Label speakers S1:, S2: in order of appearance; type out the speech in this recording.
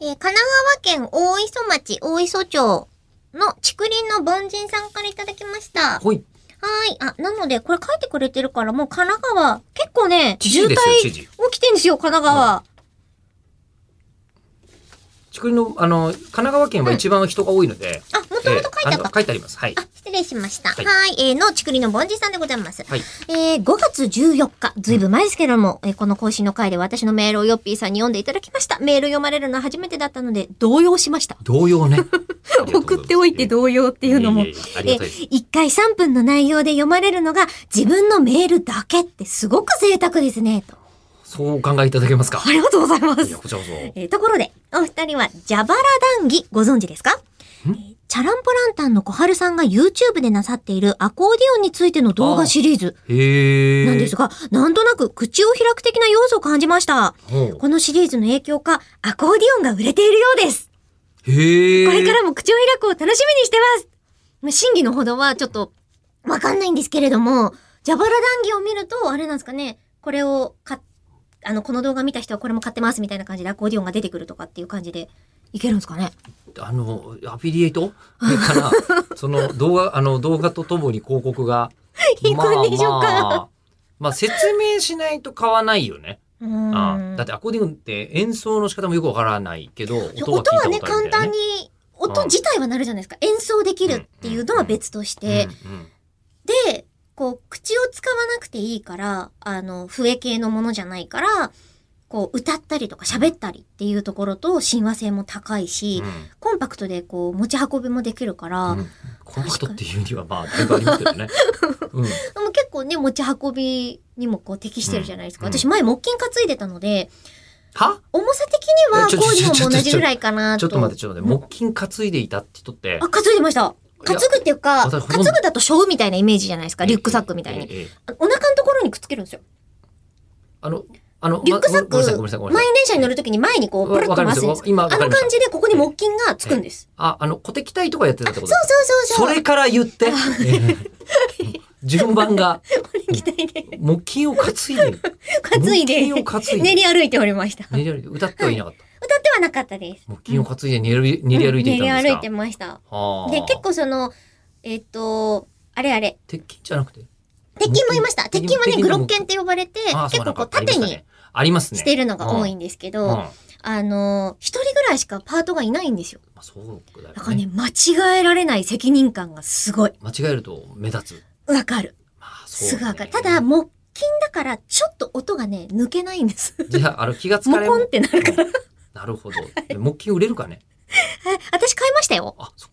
S1: えー神奈川県大磯町大磯町の竹林の凡人さんからいただきました。は
S2: ほい。
S1: ーい。あ、なので、これ書いてくれてるから、もう神奈川、結構ね、
S2: 知事ですよ
S1: 渋滞
S2: 知
S1: 起
S2: 事
S1: きてんですよ、神奈川。
S2: 竹林の、あの、神奈川県は一番人が多いので、
S1: あ、もともと書いてあ
S2: え
S1: っ
S2: ー
S1: た
S2: の。書いてあります。はい。
S1: あ、失礼しました。は
S2: はいい。
S1: えー、のちくりの凡人さんでございます。
S2: はい。
S1: えー、5月14日、ずいぶん前ですけれども、えーこの更新の回で私のメールをヨッピーさんに読んでいただきました。メール読まれるのは初めてだったので、動揺しました。
S2: 同様ね。
S1: 送っておいて
S2: うっ
S1: 動揺っていうのも。
S2: ありがたい
S1: え、
S2: です。
S1: 1回3分の内容で読まれるのが自分のメールだけってすごく贅沢ですね、と。
S2: そうお考えいただけますか。
S1: ありがとうございま
S2: いや、
S1: す。
S2: こちらこそ。
S1: えーところで、お二人は、蛇腹談義ご存知ですかえーチャランポランタンの小春さんが YouTube でなさっているアコーディオンについての動画シリーズ
S2: へえ。
S1: なんです
S2: か
S1: が、なんとなく口を開く的な要素を感じました。このシリーズの影響か、アコーディオンが売れているようです。
S2: へえ。
S1: これからも口を開くを楽しみにしてますまあ真偽のほどはちょっとわかんないんですけれども、蛇腹談義を見ると、あれなんですかね、これを買っあの、この動画見た人はこれも買ってますみたいな感じでアコーディオンが出てくるとかっていう感じでいけるんですかね。
S2: あの、アフィリエイトから、その動画、あの動画とともに広告が。
S1: いいコンディションか
S2: まあまあ、まあ説明しないと買わないよね。
S1: う
S2: あ
S1: ーん。
S2: だってアコーディオンって演奏の仕方もよくわからないけど、
S1: いや
S2: 音は聞い
S1: 音
S2: たこ
S1: は
S2: とある
S1: ね、
S2: みたいな、
S1: 簡単に、音自体はなるじゃないですか。演奏できるっていうのは別として。
S2: うんうん
S1: で、こう、口を使わなくていいから、あの、笛系のものじゃないから、こう、歌ったりとか喋ったりっていうところと、親和性も高いし、
S2: うん
S1: コンパクトでこう、持ち運びもできるから、
S2: うんコンパクトっていうにはまあだいぶありますけどね。うん、
S1: でも結構ね、持ち運びにもこう、適してるじゃないですか。
S2: うん
S1: 私前、木琴担いでたので、
S2: は
S1: 重さ的には、
S2: えちょ
S1: こういう
S2: ち
S1: の
S2: ょ
S1: も
S2: ち
S1: 同
S2: ょ
S1: じぐらいかな
S2: ちょ
S1: と。
S2: っと待ってちょっと待って木琴担いでいたって人って
S1: あ、担いでました。担ぐっていうか、
S2: いや
S1: 担
S2: 私ほとん
S1: ぐ
S2: ど
S1: だと背負うみたいなイメージじゃないですか。リュックサックみたい
S2: え
S1: に。
S2: えええ
S1: あお腹のところにくっつけるんですよ。
S2: あのあの
S1: リュックサック、
S2: ま
S1: 満
S2: ごめんなさいごめんなさいごめんなさい。
S1: 員電車に乗るときに前にこう、ブルッと
S2: わかり
S1: 回
S2: ます
S1: ん
S2: す
S1: で
S2: よ
S1: す。
S2: 今わ
S1: あ
S2: かり
S1: の
S2: ました
S1: 感じでここに木琴がつくんです。
S2: ああの小敵隊とかやってたってこと
S1: そう
S2: ですか
S1: そうそうそう。
S2: それから言って、順番が
S1: 期待で
S2: 木琴を担いで
S1: 担いで、
S2: 木琴を担いで
S1: 練り歩いておりました。歌っ
S2: 練り歩いて歌ってはいなかった。
S1: てはなかったです。
S2: 木琴を担いで練り練り歩いていたん
S1: 練
S2: で
S1: り歩
S2: す
S1: い
S2: か
S1: て。ました。
S2: はあ
S1: で、結構その、えっと、あれあれ、
S2: 鉄筋じゃなくて。
S1: 鉄筋もいました。鉄
S2: 木琴
S1: 筋はね、
S2: 木琴
S1: グロッケンって呼ばれて
S2: ああ、そ
S1: 結
S2: うなん
S1: 構こ
S2: か
S1: う縦に
S2: ありますね。
S1: しているのが多い
S2: ん
S1: んですけ
S2: うん
S1: ど、
S2: ま
S1: あの、一人ぐらいしかパートがいないんですよ。
S2: あそうだ
S1: だ
S2: よ
S1: からね、
S2: ね。
S1: 間違えられない責任感がすごい。
S2: 間違えると目立つ。
S1: わかる。
S2: まあそう
S1: す
S2: ね
S1: ぐわかる。ただ、、木琴だから、ちょっと音がね、抜けないんです。
S2: じゃあ、あの気がつ
S1: モ
S2: かれ
S1: コンってなるから。
S2: なるほど。で木琴売れるかね。
S1: え私買いましたよ。
S2: あ、そっ